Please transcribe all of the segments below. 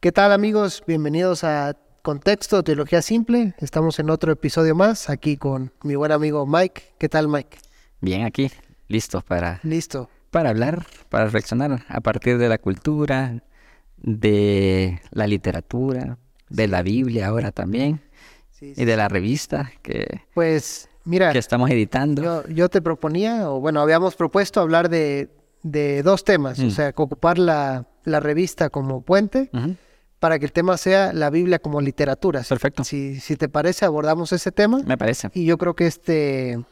¿Qué tal amigos? Bienvenidos a Contexto, Teología Simple. Estamos en otro episodio más, aquí con mi buen amigo Mike. ¿Qué tal Mike? Bien, aquí, listo para, Listo. para hablar, para reflexionar a partir de la cultura, de la literatura, de la Biblia ahora también, y de la revista que, Pues mira, que estamos editando. yo, yo te proponía, o bueno, habíamos propuesto hablar de, de dos temas, o Mm. sea, ocupar la, la revista como puente Ujú, para que el tema sea la Biblia como literatura. Perfecto, Si, si te parece, abordamos ese tema. me parece. Y yo creo que este,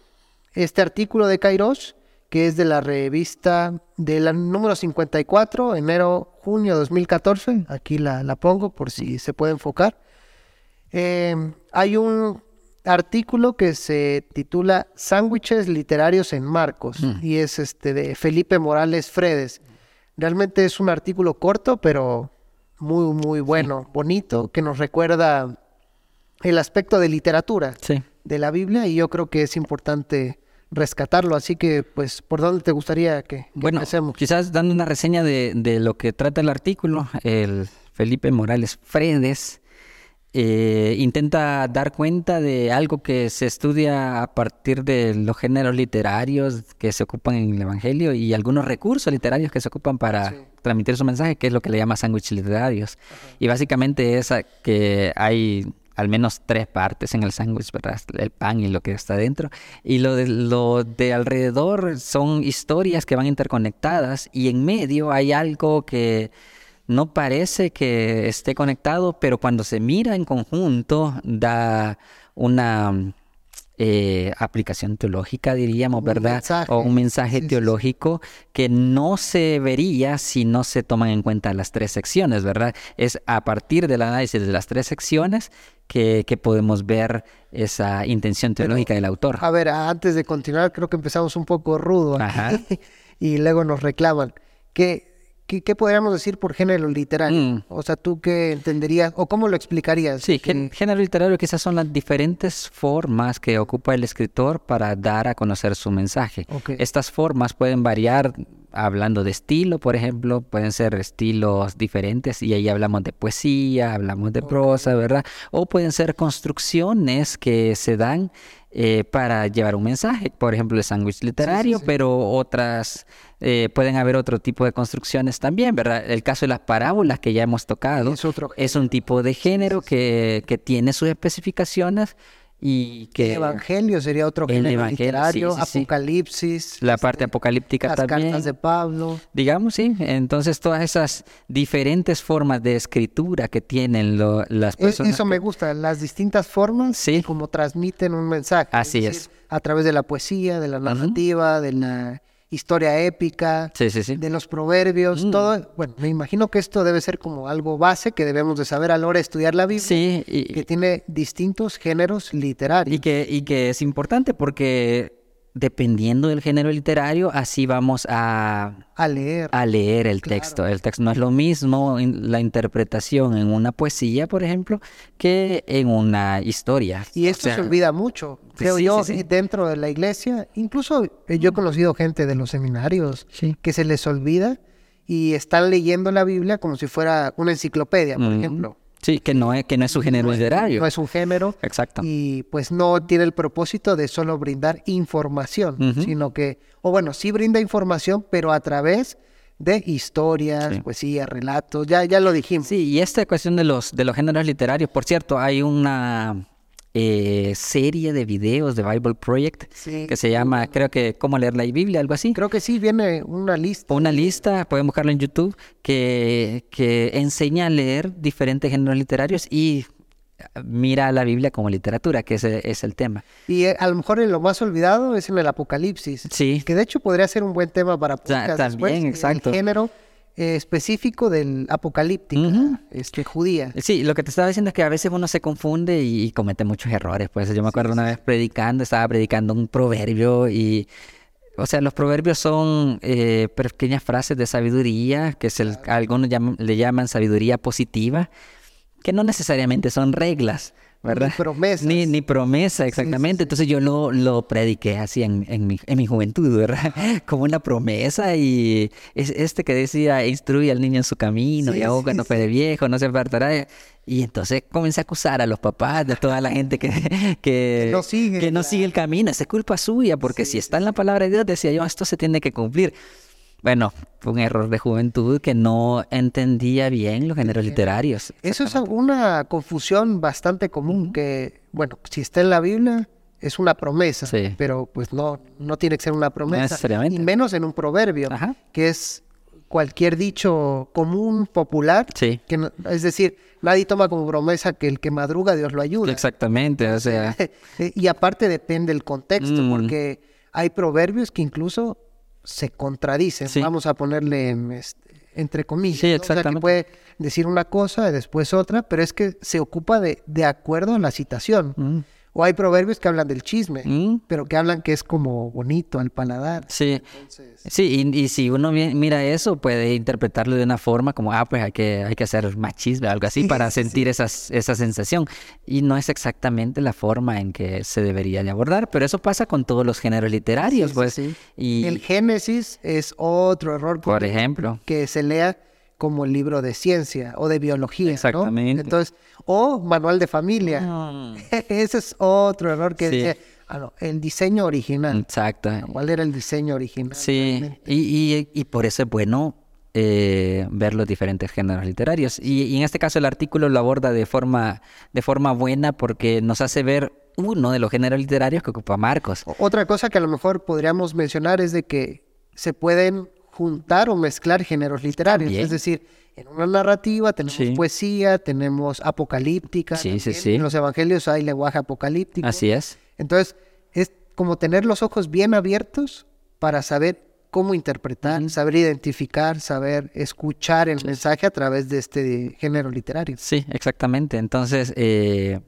este artículo de Kairos, que es de la revista de la número 54, enero, junio 2014, aquí la, la pongo por si se puede enfocar. Eh, hay un artículo que se titula Sándwiches literarios en Marcos Mm. y es este de Felipe Morales Fredes. Realmente es un artículo corto, pero muy, muy bueno, bonito, que nos recuerda el aspecto de literatura Sí. de la Biblia y yo creo que es importante rescatarlo. Así que, pues, ¿por dónde te gustaría que, que Bueno, empecemos? quizás dando una reseña de, de lo que trata el artículo, el Felipe Morales Fredes eh, intenta dar cuenta de algo que se estudia a partir de los géneros literarios que se ocupan en el Evangelio y algunos recursos literarios que se ocupan para Sí. transmitir su mensaje, que es lo que le llama sándwiches literarios. Y básicamente es a- que hay al menos tres partes en el sándwich, ¿verdad? El pan y lo que está dentro. Y lo de, lo de alrededor son historias que van interconectadas y en medio hay algo que no parece que esté conectado, pero cuando se mira en conjunto da una eh, aplicación teológica, diríamos, Un ¿verdad? mensaje. O un mensaje Sí, sí, sí. teológico que no se vería si no se toman en cuenta las tres secciones, ¿verdad? Es a partir del análisis de las tres secciones que, que podemos ver esa intención teológica del autor. A ver, a- antes de continuar, creo que empezamos un poco rudo aquí, Ajá. y luego nos reclaman. ¿Qué, qué, qué podríamos decir por género literario? Mm. O sea, ¿tú qué entenderías o cómo lo explicarías? Sí, gen- género literario quizás son las diferentes formas que ocupa el escritor para dar a conocer su mensaje. Ok. Estas formas pueden variar hablando de estilo, por ejemplo, pueden ser estilos diferentes y ahí hablamos de poesía, hablamos de prosa, ¿verdad? O pueden ser construcciones que se dan eh, para llevar un mensaje, por ejemplo, el sándwich literario, pero otras, eh, pueden haber otro tipo de construcciones también, ¿verdad? El caso de las parábolas que ya hemos tocado Es otro es un tipo de género que, que tiene sus especificaciones y que El Evangelio sería otro El género evangelio, sí, literario, sí, sí. Apocalipsis, la parte apocalíptica este, las también, cartas de Pablo. digamos, sí. Entonces, todas esas diferentes formas de escritura que tienen lo- las E- personas. Eso me gusta, las distintas formas Sí. y cómo transmiten un mensaje. Así es. A través de la poesía, de la narrativa, de la historia épica, Sí, Mm. sí, sí. de los proverbios, todo. Bueno, me imagino que esto debe ser como algo base que debemos de saber a la hora de estudiar la Biblia, Sí, y, que tiene distintos géneros literarios. Y que, y que es importante porque dependiendo del género literario, así vamos a, a leer. a leer el texto. El texto no es lo mismo in- la interpretación en una poesía, por ejemplo, que en una historia. Y O esto sea, se olvida mucho, pues creo sí, yo, sí, sí. dentro de la iglesia. Incluso eh, yo he conocido gente de los seminarios Sí. que se les olvida y están leyendo la Biblia como si fuera una enciclopedia, por Mm, ejemplo. Sí, que no es, que no es su género literario. No es un género Exacto. y pues no tiene el propósito de solo brindar información, Ujú. sino que, o bueno, sí brinda información, pero a través de historias, Sí. poesía, relatos, ya, ya lo dijimos. Sí, y esta cuestión de los, de los géneros literarios, por cierto, hay una eh, serie de videos de Bible Project Sí. que se llama, creo que, ¿Cómo leer la Biblia? Algo así. Creo que sí viene una lista. una lista, pueden buscarlo en YouTube, que, que enseña a leer diferentes géneros literarios y mira la Biblia como literatura, que ese es el tema. Y eh, a lo mejor en lo más olvidado es en el Apocalipsis. Sí, Que de hecho podría ser un buen tema para Ya, podcast después, también, el exacto. género eh, específico del apocalíptica, Ujú. este, judía. sí, lo que te estaba diciendo es que a veces uno se confunde y, y comete muchos errores. Pues yo me acuerdo una vez predicando, estaba predicando un proverbio y O sea, los proverbios son eh, pequeñas frases de sabiduría, que se, algunos llam- le llaman sabiduría positiva, que no necesariamente son reglas, ¿verdad? Ni promesas. Ni, ni promesa, exactamente. Entonces yo lo, lo prediqué así en, en mi, en mi juventud, ¿verdad? Como una promesa y es este que decía, instruye al niño en su camino Sí, y aún sí, cuando sí. fue de viejo no se apartará. Y entonces comencé a acusar a los papás, de toda la gente que, que, no sigue, eh, que no claro. sigue el camino. Esa es culpa suya, porque si está en la palabra de Dios, decía yo, esto se tiene que cumplir. Bueno, fue un error de juventud que no entendía bien los géneros literarios. Eso es una confusión bastante común que, bueno, si está en la Biblia es una promesa, Sí. pero pues no, no tiene que ser una promesa, necesariamente. y menos en un proverbio, Ajá. que es cualquier dicho común, popular, Sí. que no- es decir, nadie toma como promesa que el que madruga Dios lo ayuda. Exactamente, o sea, Eh, y aparte depende el contexto, Mm. porque hay proverbios que incluso se contradicen. Sí. Vamos a ponerle em, este, entre comillas. Sí, ¿no? O sea, que exactamente. puede decir una cosa y después otra, pero es que se ocupa de, de acuerdo a la citación. mm, O hay proverbios que hablan del chisme, mm, pero que hablan que es como bonito al paladar. sí. Entonces, Sí, y, y si uno mi- mira eso, puede interpretarlo de una forma como, ah, pues hay que, hay que hacer machismo, algo así, para sentir esas- esa sensación. Y no es exactamente la forma en que se debería de abordar, pero eso pasa con todos los géneros literarios, pues. Y, el Génesis es otro error por ejemplo, que se lea como el libro de ciencia o de biología. ¿no? Exactamente. Ah. Entonces, o manual de familia. Ah. Ese es otro error que Mm. Sí. decía, ah, no, el diseño original. exacto. ¿Cuál era el diseño original? Sí, realmente? y, y- y por eso es bueno eh, ver los diferentes géneros literarios. Y, y en este caso el artículo lo aborda de forma, de forma buena porque nos hace ver uno de los géneros literarios que ocupa Marcos. O- Otra cosa que a lo mejor podríamos mencionar es de que se pueden juntar o mezclar géneros literarios. También. Es decir, en una narrativa tenemos Sí. poesía, tenemos apocalíptica. Sí, sí, también. sí. En los evangelios hay lenguaje apocalíptico. Así es. Entonces, es como tener los ojos bien abiertos para saber cómo interpretar, saber identificar, saber escuchar el mensaje a través de este género literario. Sí, exactamente. Entonces, eh,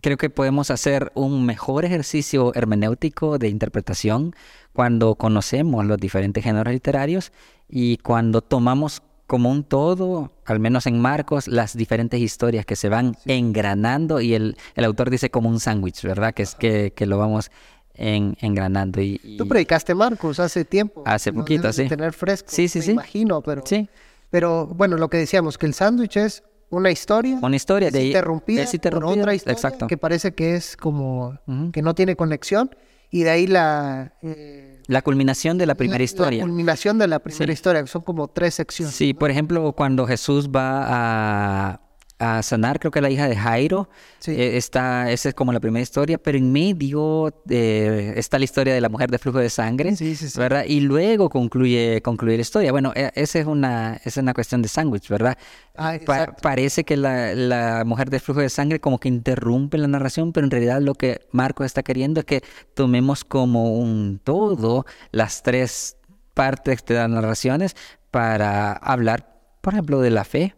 creo que podemos hacer un mejor ejercicio hermenéutico de interpretación cuando conocemos los diferentes géneros literarios y cuando tomamos como un todo, al menos en Marcos, las diferentes historias que se van engranando y el, el autor dice como un sándwich, ¿verdad? Que es que, que lo vamos en- engranando. Y, y- Tú predicaste Marcos hace tiempo. Hace lo poquito, debes de sí. Tener fresco. Sí, sí, me sí. imagino, pero. Sí. Pero bueno, lo que decíamos, que el sándwich es una historia. una historia es de interrumpida, es por interrumpida, otra historia exacto. que parece que es como Ujú. que no tiene conexión y de ahí la, eh, La culminación de la primera la- historia. la culminación de la primera historia que son como tres secciones Sí, por ejemplo, cuando Jesús va a, a sanar, creo que la hija de Jairo, Sí. eh, está, esa es como la primera historia, pero en medio eh, está la historia de la mujer de flujo de sangre, Sí, sí, sí. ¿verdad? Y luego concluye, concluye la historia. Bueno, e- esa es una, esa es una cuestión de sándwich, ¿verdad? Ah, Pa- exacto. parece que la, la mujer de flujo de sangre como que interrumpe la narración, pero en realidad lo que Marco está queriendo es que tomemos como un todo las tres partes de las narraciones para hablar, por ejemplo, de la fe.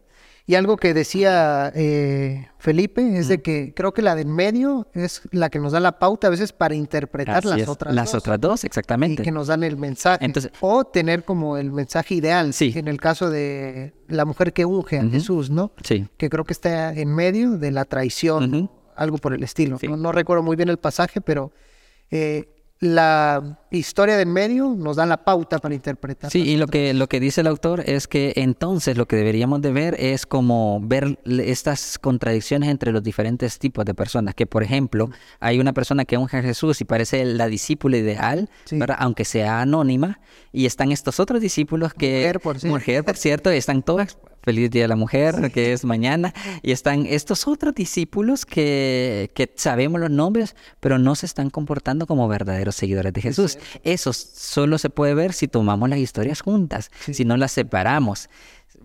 Y algo que decía eh, Felipe es de que creo que la del medio es la que nos da la pauta a veces para interpretar Así las es, otras las dos, otras dos, y exactamente. que nos dan el mensaje. Entonces- o tener como el mensaje ideal, Sí. en el caso de la mujer que unge a Ujú. Jesús, ¿no? Sí. Que creo que está en medio de la traición, Ujú. algo por el estilo. Sí. No, no recuerdo muy bien el pasaje, pero eh, la historia del medio nos da la pauta para interpretar. Sí, y lo que, lo que dice el autor es que entonces lo que deberíamos de ver es como ver l- estas contradicciones entre los diferentes tipos de personas. Que, por ejemplo, hay una persona que unge a Jesús y parece la discípula ideal, Sí. ¿verdad? aunque sea anónima, y están estos otros discípulos que... Mujer, por cierto. Mujer, por cierto, están todas... Feliz Día de la Mujer, que es mañana. Y están estos otros discípulos que, que sabemos los nombres, pero no se están comportando como verdaderos seguidores de Jesús. Eso solo se puede ver si tomamos las historias juntas, si no las separamos.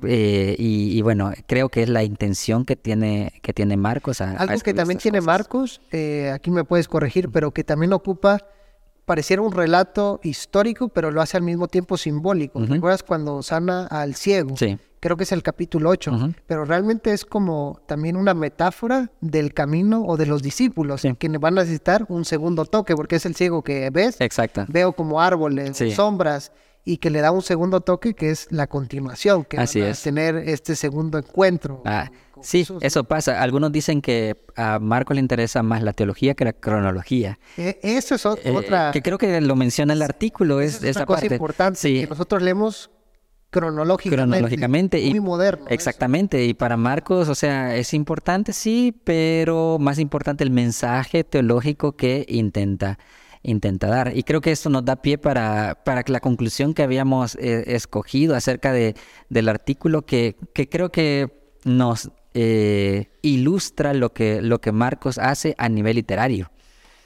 Eh, y, y bueno, creo que es la intención que tiene, que tiene Marcos. A, a Algo que escribir también estas tiene cosas. Marcos, eh, aquí me puedes corregir, pero que también ocupa, pareciera un relato histórico, pero lo hace al mismo tiempo simbólico. Ujú. ¿Recuerdas cuando sana al ciego? Sí. creo que es el capítulo 8, Ujú. pero realmente es como también una metáfora del camino o de los discípulos, Sí. quienes van a necesitar un segundo toque, porque es el ciego que ves, Exacto. veo como árboles, Sí. sombras, y que le da un segundo toque que es la continuación, que Así van a es. tener este segundo encuentro. Ah, con sí, Jesús, ¿no? eso pasa. Algunos dicen que a Marco le interesa más la teología que la cronología. E- eso es o- Eh, otra, que creo que lo menciona el artículo, es, esa es esa una cosa parte. importante, Sí, que nosotros leemos cronológicamente, cronológicamente. y- muy moderno. eso. Exactamente, y para Marcos, o sea, es importante, sí, pero más importante el mensaje teológico que intenta, intenta dar. Y creo que esto nos da pie para, para la conclusión que habíamos eh, escogido acerca de, del artículo que, que creo que nos eh, ilustra lo que, lo que Marcos hace a nivel literario.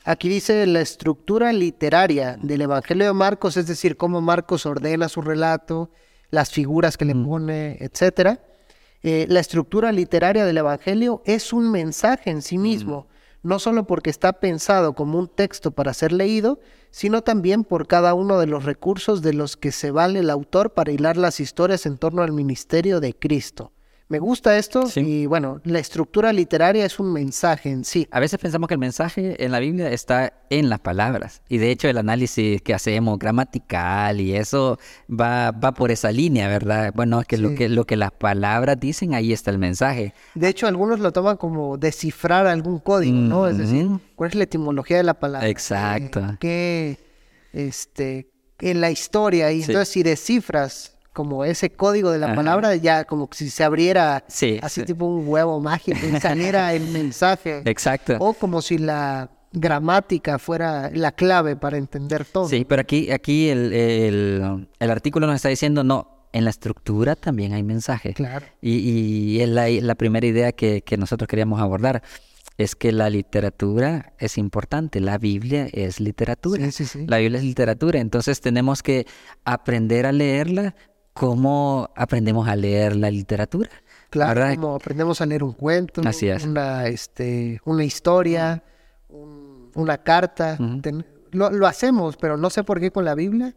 Aquí dice la estructura literaria del Evangelio de Marcos, es decir, cómo Marcos ordena su relato, las figuras que le pone, etcétera. Eh, la estructura literaria del Evangelio es un mensaje en sí mismo, no solo porque está pensado como un texto para ser leído, sino también por cada uno de los recursos de los que se vale el autor para hilar las historias en torno al ministerio de Cristo. Me gusta esto Sí. y bueno, la estructura literaria es un mensaje en sí. A veces pensamos que el mensaje en la Biblia está en las palabras. Y de hecho el análisis que hacemos gramatical y eso va, va por esa línea, ¿verdad? Bueno, es que, lo Sí. que lo que las palabras dicen, ahí está el mensaje. De hecho, algunos lo toman como descifrar algún código, ¿no? Es decir, Mm, Ujú. ¿cuál es la etimología de la palabra? Eh, Exacto. ¿Qué, este, en la historia? Y Sí. entonces, si descifras como ese código de la Ajá. palabra, ya como si se abriera Sí, así sí. tipo un huevo mágico y saliera el mensaje. Exacto. O como si la gramática fuera la clave para entender todo. Sí, pero aquí, aquí el, el- el artículo nos está diciendo, no, en la estructura también hay mensaje. Claro. Y, y es la, la primera idea que, que nosotros queríamos abordar. Es que la literatura es importante, la Biblia es literatura. Sí, sí, sí. La Biblia es literatura, entonces tenemos que aprender a leerla como aprendemos a leer la literatura. Claro, ¿verdad? como aprendemos a leer un cuento, Así es. una, este, una historia, un- una carta. Ujú. Ten- lo, lo hacemos, pero no sé por qué con la Biblia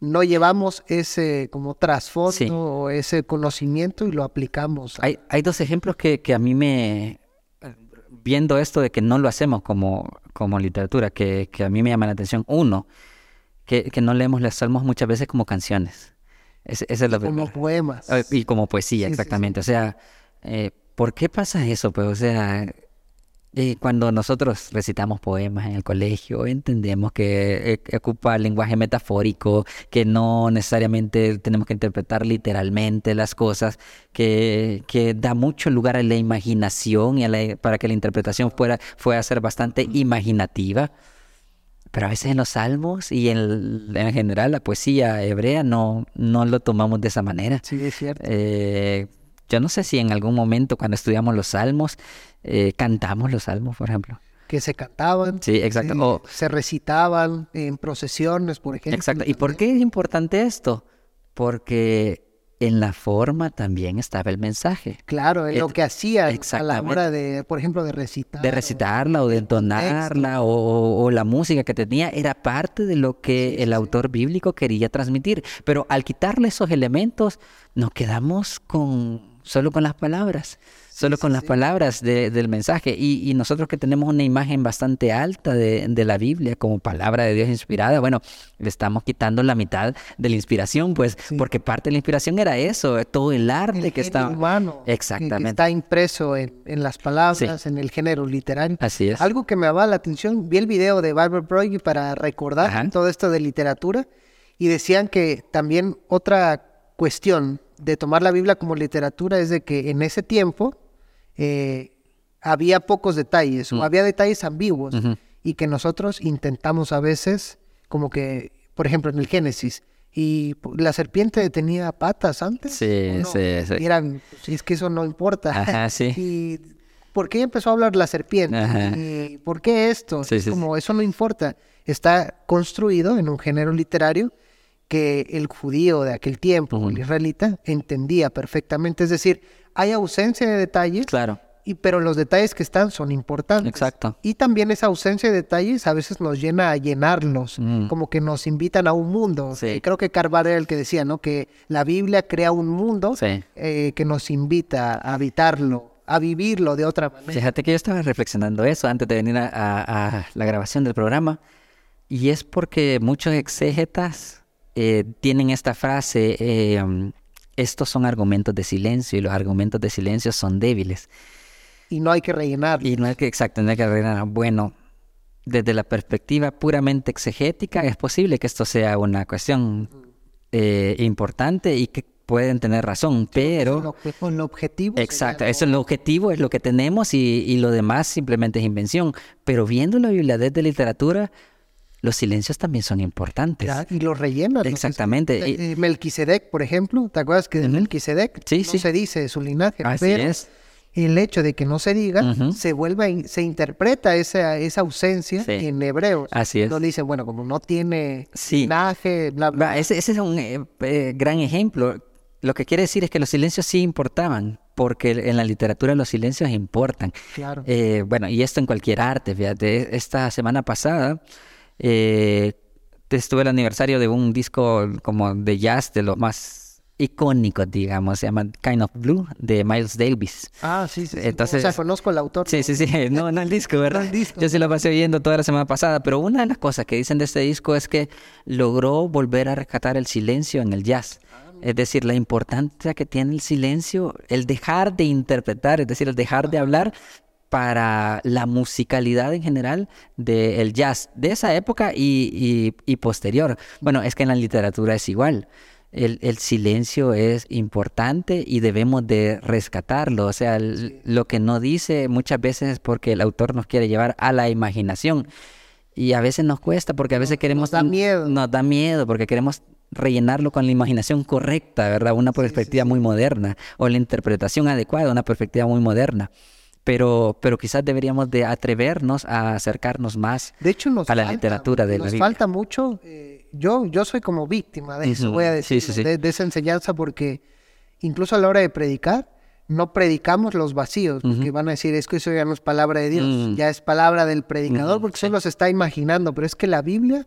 no llevamos ese como trasfondo Sí. o ese conocimiento y lo aplicamos. Hay, hay dos ejemplos que, que a mí me... Viendo esto de que no lo hacemos como, como literatura, que, que a mí me llama la atención. Uno, que, que no leemos los salmos muchas veces como canciones. Ese- esa es la como primera. poemas. Eh, Y como poesía, Sí, sí, sí. exactamente. O sea, eh, ¿por qué pasa eso? Pues, o sea, eh, cuando nosotros recitamos poemas en el colegio, entendemos que eh, que ocupa lenguaje metafórico, que no necesariamente tenemos que interpretar literalmente las cosas, que, que da mucho lugar a la imaginación y a la- para que la interpretación fuera, fuera a ser bastante imaginativa. Pero a veces en los salmos y en, en general la poesía hebrea no, no lo tomamos de esa manera. Sí, es cierto. Eh, yo no sé si en algún momento cuando estudiamos los salmos, eh, cantamos los salmos, por ejemplo. que se cantaban. Sí, exacto. eh, O- se recitaban en procesiones, por ejemplo. exacto. ¿Y por qué es importante esto? Porque en la forma también estaba el mensaje. Claro, en lo Et- que hacían a la Eh, exactamente. hora de, por ejemplo, de recitar. De o- recitarla o de entonarla o, o- o la música que tenía era parte de lo que el autor bíblico quería transmitir. Pero al quitarle esos elementos, nos quedamos con solo con las palabras, solo con las palabras de- del mensaje. Y, y nosotros que tenemos una imagen bastante alta de, de la Biblia como palabra de Dios inspirada, bueno, le estamos quitando la mitad de la inspiración, pues, porque parte de la inspiración era eso, todo el arte el que genio estaba... humano que- que Exactamente. está impreso en, en las palabras, en el género literario. Así es. Algo que me llamaba la atención, vi el video de Barbara Broig para recordar Ajá. todo esto de literatura y decían que también otra cuestión de tomar la Biblia como literatura es de que en ese tiempo eh, había pocos detalles o había detalles ambiguos Mm. Ujú. y que nosotros intentamos a veces como que, por ejemplo, en el Génesis. Y po- la serpiente tenía patas antes. Sí, ¿o no? sí, sí. Y eran, "Sí, es que eso no importa. Ajá, sí. ¿Y por qué empezó a hablar la serpiente? Ajá. ¿Y por qué esto? Sí, Es sí, como, eso no importa. Está construido en un género literario que el judío de aquel tiempo, el israelita, entendía perfectamente. Es decir, hay ausencia de detalles Claro. y, pero los detalles que están son importantes. Exacto. Y también esa ausencia de detalles a veces nos llena a llenarnos, Mm. como que nos invitan a un mundo. Sí. Y creo que Carvajal era el que decía, ¿no? Que la Biblia crea un mundo Sí. eh, que nos invita a habitarlo, a vivirlo de otra manera. Fíjate que yo estaba reflexionando eso antes de venir a, a- a la grabación del programa. Y es porque muchos exégetas eh, tienen esta frase, eh, um, estos son argumentos de silencio y los argumentos de silencio son débiles. Y no hay que rellenarlo. Y no es que exacto, no hay que arreglar. Bueno, desde la perspectiva puramente exegética, es posible que esto sea una cuestión eh, importante y que pueden tener razón, pero... Lo que- Con el objetivo. Exacto, sería eso es el objetivo, es lo que tenemos y, y lo demás simplemente es invención. Pero viendo la Biblia desde literatura, los silencios también son importantes. Ya, y lo rellenan. ¿no? Exactamente. y- Eh, eh, Melquisedec, por ejemplo, ¿te acuerdas que de Melquisedec Sí, no sí. se dice su linaje? así pero es. el hecho de que no se diga, Ujú. se vuelve, a in- se interpreta esa, esa ausencia Sí. en hebreo. Así es. Entonces dice, bueno, como no tiene Sí. linaje, bla, bla, Va, Ese, ese es un eh, eh, gran ejemplo. Lo que quiere decir es que los silencios sí importaban, porque en la literatura los silencios importan. claro. Eh, bueno, y esto en cualquier arte, fíjate. e, Esta semana pasada eh, estuve el aniversario de un disco como de jazz de los más icónicos, digamos. Se llama Kind of Blue de Miles Davis. ah, sí, sí, sí. entonces- o sea, conozco al autor. Sí, sí, sí. No, no el disco, ¿verdad? el disco. Yo sí lo pasé oyendo toda la semana pasada. Pero una de las cosas que dicen de este disco es que logró volver a rescatar el silencio en el jazz. Es decir, la importancia que tiene el silencio, el dejar de interpretar, es decir, el dejar de hablar para la musicalidad en general del jazz de esa época y, y- y posterior. Bueno, es que en la literatura es igual. El, el silencio es importante y debemos de rescatarlo. O sea, el- lo que no dice muchas veces es porque el autor nos quiere llevar a la imaginación. Y a veces nos cuesta porque a veces queremos... da miedo. Nos da miedo porque queremos rellenarlo con la imaginación correcta, ¿verdad? Una perspectiva muy moderna o la interpretación adecuada, una perspectiva muy moderna. Pero, pero quizás deberíamos de atrevernos a acercarnos más. De hecho, nos a la falta, literatura de la nos Biblia. falta mucho. eh, yo, yo soy como víctima de eso, Ujú, voy a sí, decir, sí, sí. De, de esa enseñanza, porque incluso a la hora de predicar, no predicamos los vacíos, porque van a decir, es que eso ya no es palabra de Dios, Mm. ya es palabra del predicador, porque solo se está imaginando, pero es que la Biblia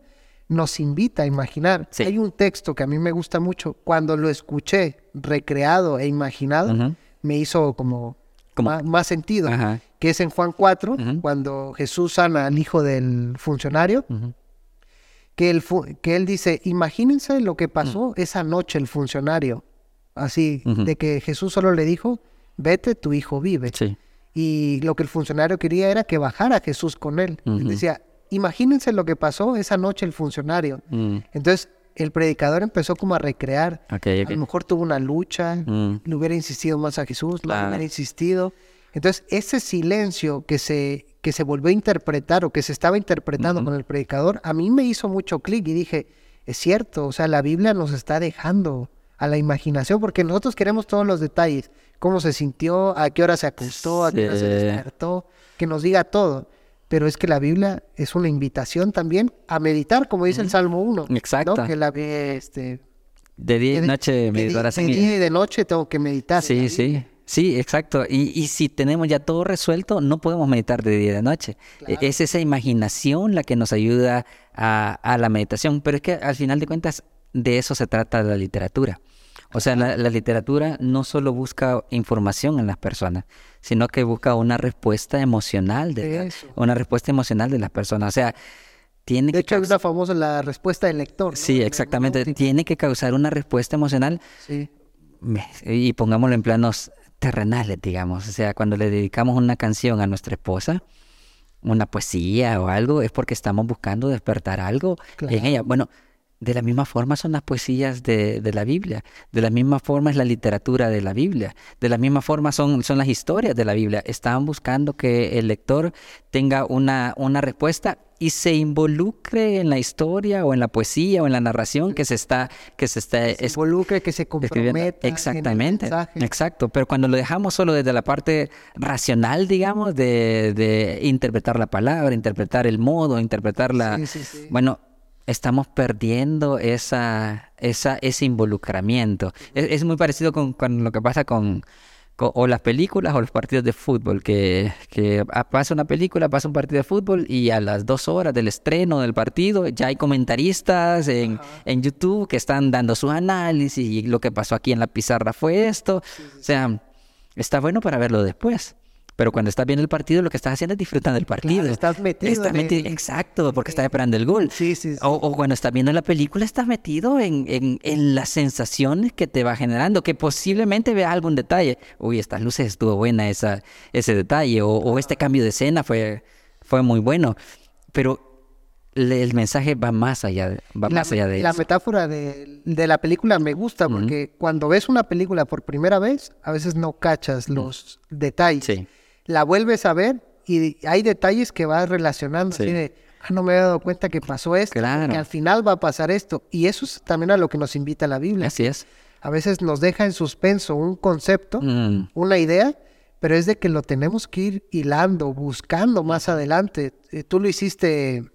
nos invita a imaginar. Sí. Hay un texto que a mí me gusta mucho, cuando lo escuché recreado e imaginado, Ujú. me hizo como Como- ma- Más, sentido, Ajá. que es en Juan 4, Ujú. cuando Jesús sana al hijo del funcionario, que, él fu- que él dice, imagínense lo que pasó esa noche el funcionario, así, Ujú. de que Jesús solo le dijo, vete, tu hijo vive. Sí. Y lo que el funcionario quería era que bajara Jesús con él. Él Ujú. Decía, imagínense lo que pasó esa noche el funcionario. Mm. Entonces, el predicador empezó como a recrear. Ok, A lo ok. mejor tuvo una lucha, Mm. le hubiera insistido más a Jesús, le Claro. hubiera insistido. Entonces, ese silencio que se, que se volvió a interpretar o que se estaba interpretando con el predicador, a mí me hizo mucho clic y dije, es cierto, o sea, la Biblia nos está dejando a la imaginación porque nosotros queremos todos los detalles, cómo se sintió, a qué hora se acostó, a qué hora se Sí. despertó, que nos diga todo. Pero es que la Biblia es una invitación también a meditar, como dice el Salmo 1. ¿no? Exacto. Que la, este, De día de- y noche de mi di- adoración de y- día y de noche tengo que meditar. Sí, sí. Sí, exacto. Y, y si tenemos ya todo resuelto, no podemos meditar de día y de noche. E- Es esa imaginación la que nos ayuda a, a la meditación. Pero es que al final de cuentas, de eso se trata la literatura. O sea, la, la literatura no solo busca información en las personas, sino que busca una respuesta emocional de Eso. una respuesta emocional de las personas. O sea, tiene De que hecho, es causar- una famosa la respuesta del lector. ¿no? sí, exactamente, tiene que causar una respuesta emocional Sí. me- y pongámoslo en planos terrenales, digamos. O sea, cuando le dedicamos una canción a nuestra esposa, una poesía o algo, es porque estamos buscando despertar algo Claro. en ella. Bueno, de la misma forma son las poesías de, de la Biblia, de la misma forma es la literatura de la Biblia, de la misma forma son, son las historias de la Biblia. Están buscando que el lector tenga una, una respuesta y se involucre en la historia o en la poesía o en la narración que se está, que se está Que se es- involucre, que se escribiendo. comprometa. en el Exactamente, mensaje. exacto. Pero cuando lo dejamos solo desde la parte racional, digamos, de, de interpretar la palabra, interpretar el modo, interpretar la... Sí, sí, sí. Bueno, estamos perdiendo esa, esa, ese involucramiento. Es, es muy parecido con, con lo que pasa con, o las películas o los partidos de fútbol, que, que pasa una película, pasa un partido de fútbol y a las dos horas del estreno del partido ya hay comentaristas en, en YouTube que están dando sus análisis y lo que pasó aquí en la pizarra fue esto. O sea, está bueno para verlo después. Pero cuando estás viendo el partido, lo que estás haciendo es disfrutando del partido. Claro, estás metido Estás en metido- el- exacto, porque estás esperando el gol. Sí, sí, sí. O, o cuando estás viendo la película, estás metido en, en- en las sensaciones que te va generando, que posiblemente veas algún detalle. Uy, estas luces estuvo buena esa, ese detalle, o, o este cambio de escena fue, fue muy bueno. Pero le- el mensaje va más allá, de- va La, más allá de la eso. metáfora de, de la película me gusta porque cuando ves una película por primera vez, a veces no cachas los detalles. Sí. La vuelves a ver y hay detalles que vas relacionando. Sí. así de, "Ah, no me había dado cuenta que pasó esto, Claro. que al final va a pasar esto. Y eso es también a lo que nos invita la Biblia. Así es. A veces nos deja en suspenso un concepto, Mm, una idea, pero es de que lo tenemos que ir hilando, buscando más Mm. adelante. Eh, Tú lo hiciste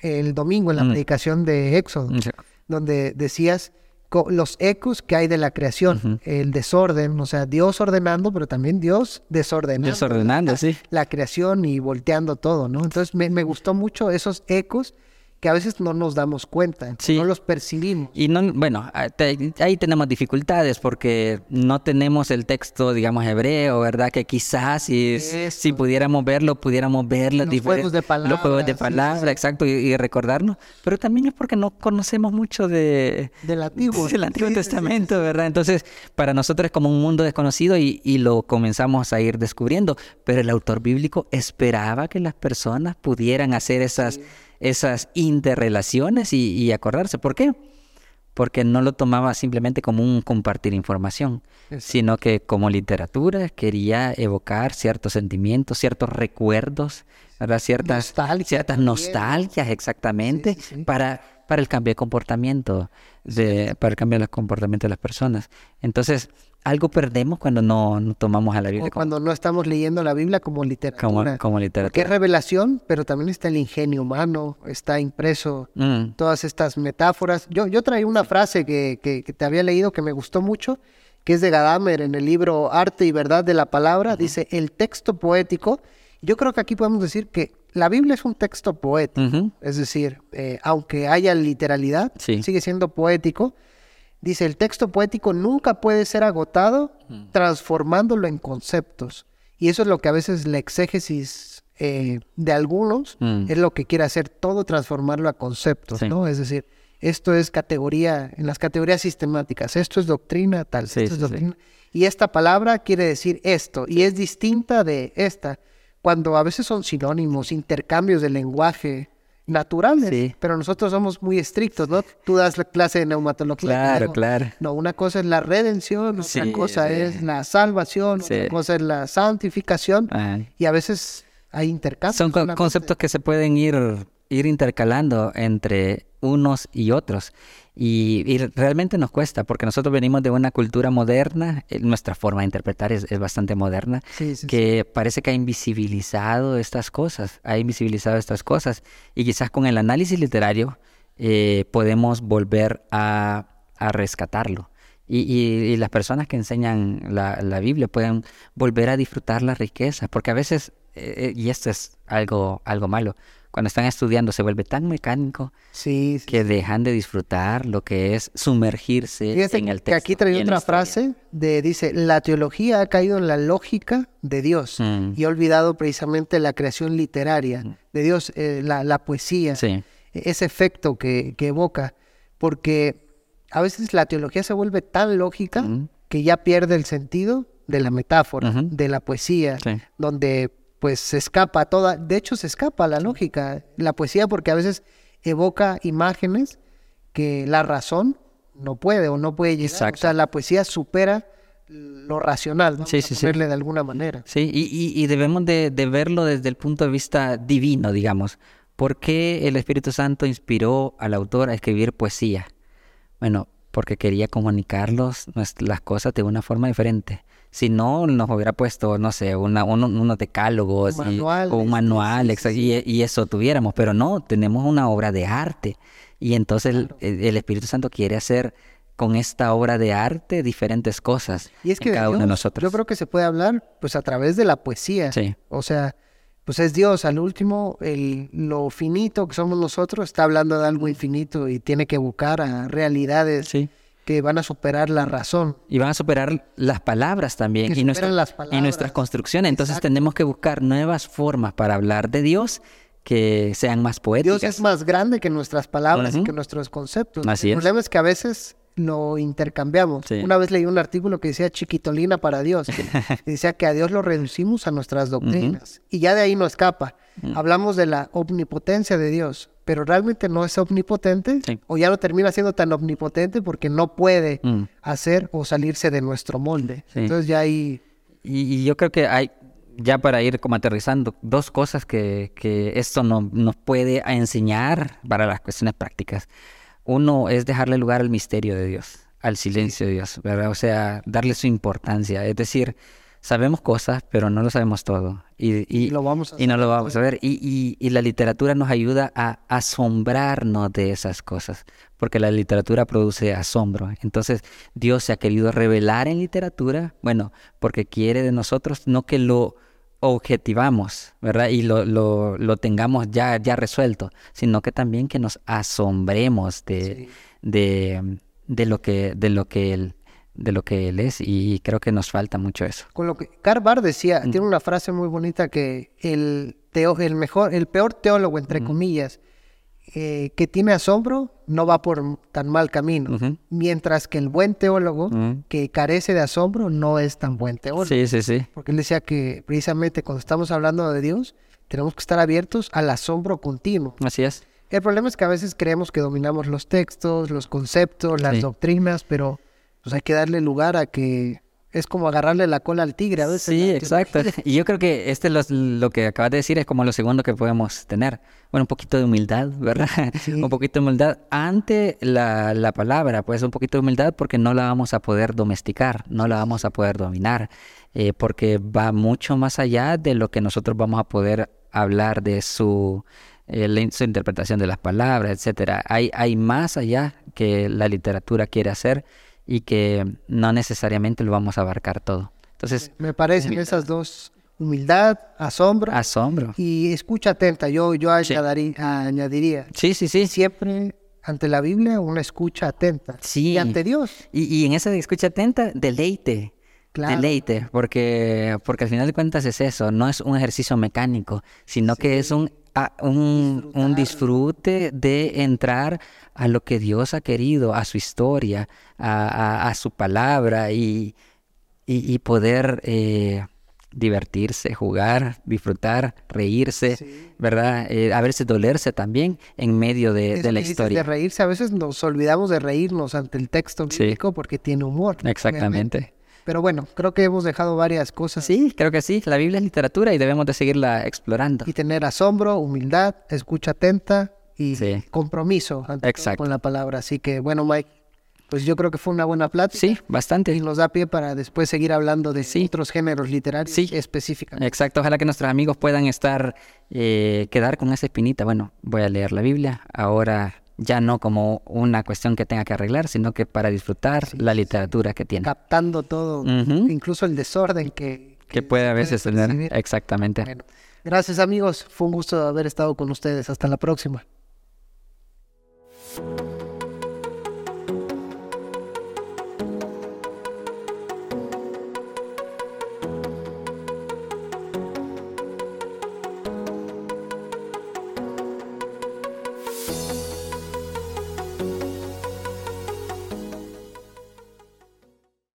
el domingo en la Mm. predicación de Éxodo, sí. donde decías co- los ecos que hay de la creación, el desorden, o sea, Dios ordenando, pero también Dios desordenando. Desordenando, sí. La creación y volteando todo, ¿no? Entonces me, me gustó mucho esos ecos que a veces no nos damos cuenta, Sí. no los percibimos. Y no, bueno, ah, te- ahí tenemos dificultades porque no tenemos el texto, digamos, hebreo, ¿verdad? Que quizás si, Eso. si pudiéramos verlo, pudiéramos ver las Los difer- juegos de Los juegos palabras, sí, de sí, palabra, exacto, y, y recordarnos. Pero también es porque no conocemos mucho de, Del antiguo. del Sí, Antiguo sí, sí. Testamento, ¿verdad? Entonces, para nosotros es como un mundo desconocido y, y lo comenzamos a ir descubriendo. Pero el autor bíblico esperaba que las personas pudieran hacer esas, esas interrelaciones y, y acordarse. ¿Por qué? Porque no lo tomaba simplemente como un compartir información, sino que como literatura quería evocar ciertos sentimientos, ciertos recuerdos, ¿verdad? ciertas Nostalgia ciertas también. nostalgias exactamente Sí, sí, sí. para para el cambio de comportamiento de, para el cambio de los comportamientos de las personas entonces algo perdemos cuando no, no tomamos a la O Biblia como, cuando no estamos leyendo la Biblia como como, literatura. como que es literatura revelación, pero también está el ingenio humano, está impreso Mm, todas estas metáforas. Yo, yo traía una frase que, que- que te había leído que me gustó mucho, que es de Gadamer en el libro Arte y Verdad de la Palabra. Dice, el texto poético, yo creo que aquí podemos decir que la Biblia es un texto poético. ujú, Es decir, eh, aunque haya literalidad, Sí. sigue siendo poético. Dice, el texto poético nunca puede ser agotado Mm. transformándolo en conceptos. Y eso es lo que a veces la exégesis eh, de algunos Mm. es lo que quiere hacer todo, transformarlo a conceptos, Sí. ¿no? Es decir, esto es categoría, en las categorías sistemáticas, esto es doctrina tal, esto Sí, es sí, sí. doctrina. Y esta palabra quiere decir esto, y es distinta de esta, cuando a veces son sinónimos, intercambios de lenguaje naturales, Sí. pero nosotros somos muy estrictos, ¿no? Tú das la clase de neumatología. y Claro, luego, claro. No, una cosa es la redención, otra Sí, cosa sí. es la salvación, Sí. otra cosa es la santificación, ah. y a veces hay intercambios. son con- solamente. conceptos que se pueden ir ir intercalando entre unos y otros y, y realmente nos cuesta porque nosotros venimos de una cultura moderna eh, nuestra forma de interpretar es- es bastante moderna Sí, sí, sí. que parece que ha invisibilizado estas cosas, ha invisibilizado estas cosas. Y quizás con el análisis literario eh, podemos volver a, a rescatarlo. Y, y- y las personas que enseñan la, la Biblia pueden volver a disfrutar la riqueza, porque a veces, eh, eh, y esto es algo, algo malo, cuando están estudiando se vuelve tan mecánico Sí, sí. que dejan de disfrutar lo que es sumergirse Fíjate en el que texto. aquí y trae en la otra historia. frase de dice, la teología ha caído en la lógica de Dios Mm. y ha olvidado precisamente la creación literaria de Dios, eh, la, la poesía, Sí. e-, ese efecto que, que evoca, porque a veces la teología se vuelve tan lógica Mm. que ya pierde el sentido de la metáfora, Ujú. de la poesía, Sí. donde pues se escapa toda, de hecho se escapa la lógica, la poesía porque a veces evoca imágenes que la razón no puede o no puede llegar. Exacto. O sea, la poesía supera lo racional, vamos Sí, a sí, sí. ponerle de alguna manera. Sí, y, y- y debemos de, de verlo desde el punto de vista divino, digamos. ¿Por qué el Espíritu Santo inspiró al autor a escribir poesía? Bueno, porque quería comunicarlos nues- las cosas de una forma diferente. Si no, nos hubiera puesto, no sé, una, uno- unos decálogos Un y- manual, o un este, manual, sí, sí, exa- sí. y, y eso tuviéramos, pero no, tenemos una obra de arte. Y entonces el, el Espíritu Santo quiere hacer con esta obra de arte diferentes cosas Y es que en de cada uno de Dios, nosotros. yo creo que se puede hablar pues a través de la poesía. Sí. O sea, pues es Dios, al último, el, lo finito que somos nosotros está hablando de algo infinito y tiene que buscar a realidades Sí. que van a superar la razón. Y van a superar las palabras también Que y, nuestra- superan las y palabras. nuestras construcciones. Entonces Exacto. tenemos que buscar nuevas formas para hablar de Dios que sean más poéticas. Dios es más grande que nuestras palabras y Ujú. que nuestros conceptos. Así el es. problema es que a veces lo intercambiamos. Sí. Una vez leí un artículo que decía chiquitolina para Dios. que decía que a Dios lo reducimos a nuestras doctrinas. Y ya de ahí no escapa. Hablamos de la omnipotencia de Dios, pero realmente no es omnipotente Sí. o ya no termina siendo tan omnipotente porque no puede Mm. hacer o salirse de nuestro molde. Sí. Entonces ya ahí... Y, y yo creo que hay, ya para ir como aterrizando, dos cosas que, que esto no- nos puede enseñar para las cuestiones prácticas. Uno es dejarle lugar al misterio de Dios, al silencio de Dios, ¿verdad? O sea, darle su importancia. Es decir, sabemos cosas, pero no lo sabemos todo. Y, y- Y lo vamos a y no lo vamos a ver. Y, y- y la literatura nos ayuda a asombrarnos de esas cosas, porque la literatura produce asombro. Entonces, Dios se ha querido revelar en literatura, bueno, porque quiere de nosotros, no que lo objetivamos, ¿verdad? Y lo, lo- lo tengamos ya, ya resuelto, sino que también que nos asombremos de, de, de lo que, de lo que él, de lo que él es. Y creo que nos falta mucho eso. Con lo que Karl Barth decía, Mm. tiene una frase muy bonita que el, teo- el mejor, el peor teólogo, Mm. entre comillas, eh, que tiene asombro, no va por m- tan mal camino. Ujú. Mientras que el buen teólogo, Mm. que carece de asombro, no es tan buen teólogo. Sí, sí, sí. Porque él decía que precisamente cuando estamos hablando de Dios, tenemos que estar abiertos al asombro continuo. Así es. El problema es que a veces creemos que dominamos los textos, los conceptos, las Sí. doctrinas, pero pues hay que darle lugar a que es como agarrarle la cola al tigre a veces. ¿no? Sí, Que- exacto. Y yo creo que este los- lo que acabas de decir es como lo segundo que podemos tener. Bueno, un poquito de humildad, ¿verdad? Sí. Un poquito de humildad ante la, la palabra, pues un poquito de humildad porque no la vamos a poder domesticar, no la vamos a poder dominar, eh, porque va mucho más allá de lo que nosotros vamos a poder hablar de su, eh, la in- su interpretación de las palabras, etcétera. Hay, hay más allá que la literatura quiere hacer y que no necesariamente lo vamos a abarcar todo. Entonces, Me parecen esas dos, humildad, asombro Asombro. y escucha atenta. Yo, yo añadari- añadiría Sí, sí, sí. siempre ante la Biblia una escucha atenta. Sí. Y ante Dios. Y, y en esa de escucha atenta, deleite. Claro. Deleite, porque, porque al final de cuentas es eso, no es un ejercicio mecánico, sino que es un, a- un, un disfrute de entrar a lo que Dios ha querido, a su historia, a, a- a su palabra y, y, y poder eh, divertirse, jugar, disfrutar, reírse, ¿verdad? Eh, a veces dolerse también en medio de, Eso de la que dices historia. De reírse, a veces nos olvidamos de reírnos ante el texto Sí. bíblico porque tiene humor. obviamente. Exactamente. Pero bueno, creo que hemos dejado varias cosas. Sí, creo que sí. La Biblia es literatura y debemos de seguirla explorando. Y tener asombro, humildad, escucha atenta y Sí. compromiso ante todo Exacto. con la palabra. Así que bueno, Mike, pues yo creo que fue una buena plática. Sí, Y bastante. nos da pie para después seguir hablando de Sí. otros géneros literarios Sí. específicamente. Exacto. Ojalá que nuestros amigos puedan estar, eh, quedar con esa espinita. Bueno, voy a leer la Biblia. Ahora ya no como una cuestión que tenga que arreglar, sino que para disfrutar la literatura que tiene. Captando todo, Ujú. incluso el desorden que, Que puede a veces tener. percibir. Exactamente. Bueno, gracias amigos, fue un gusto haber estado con ustedes. Hasta la próxima.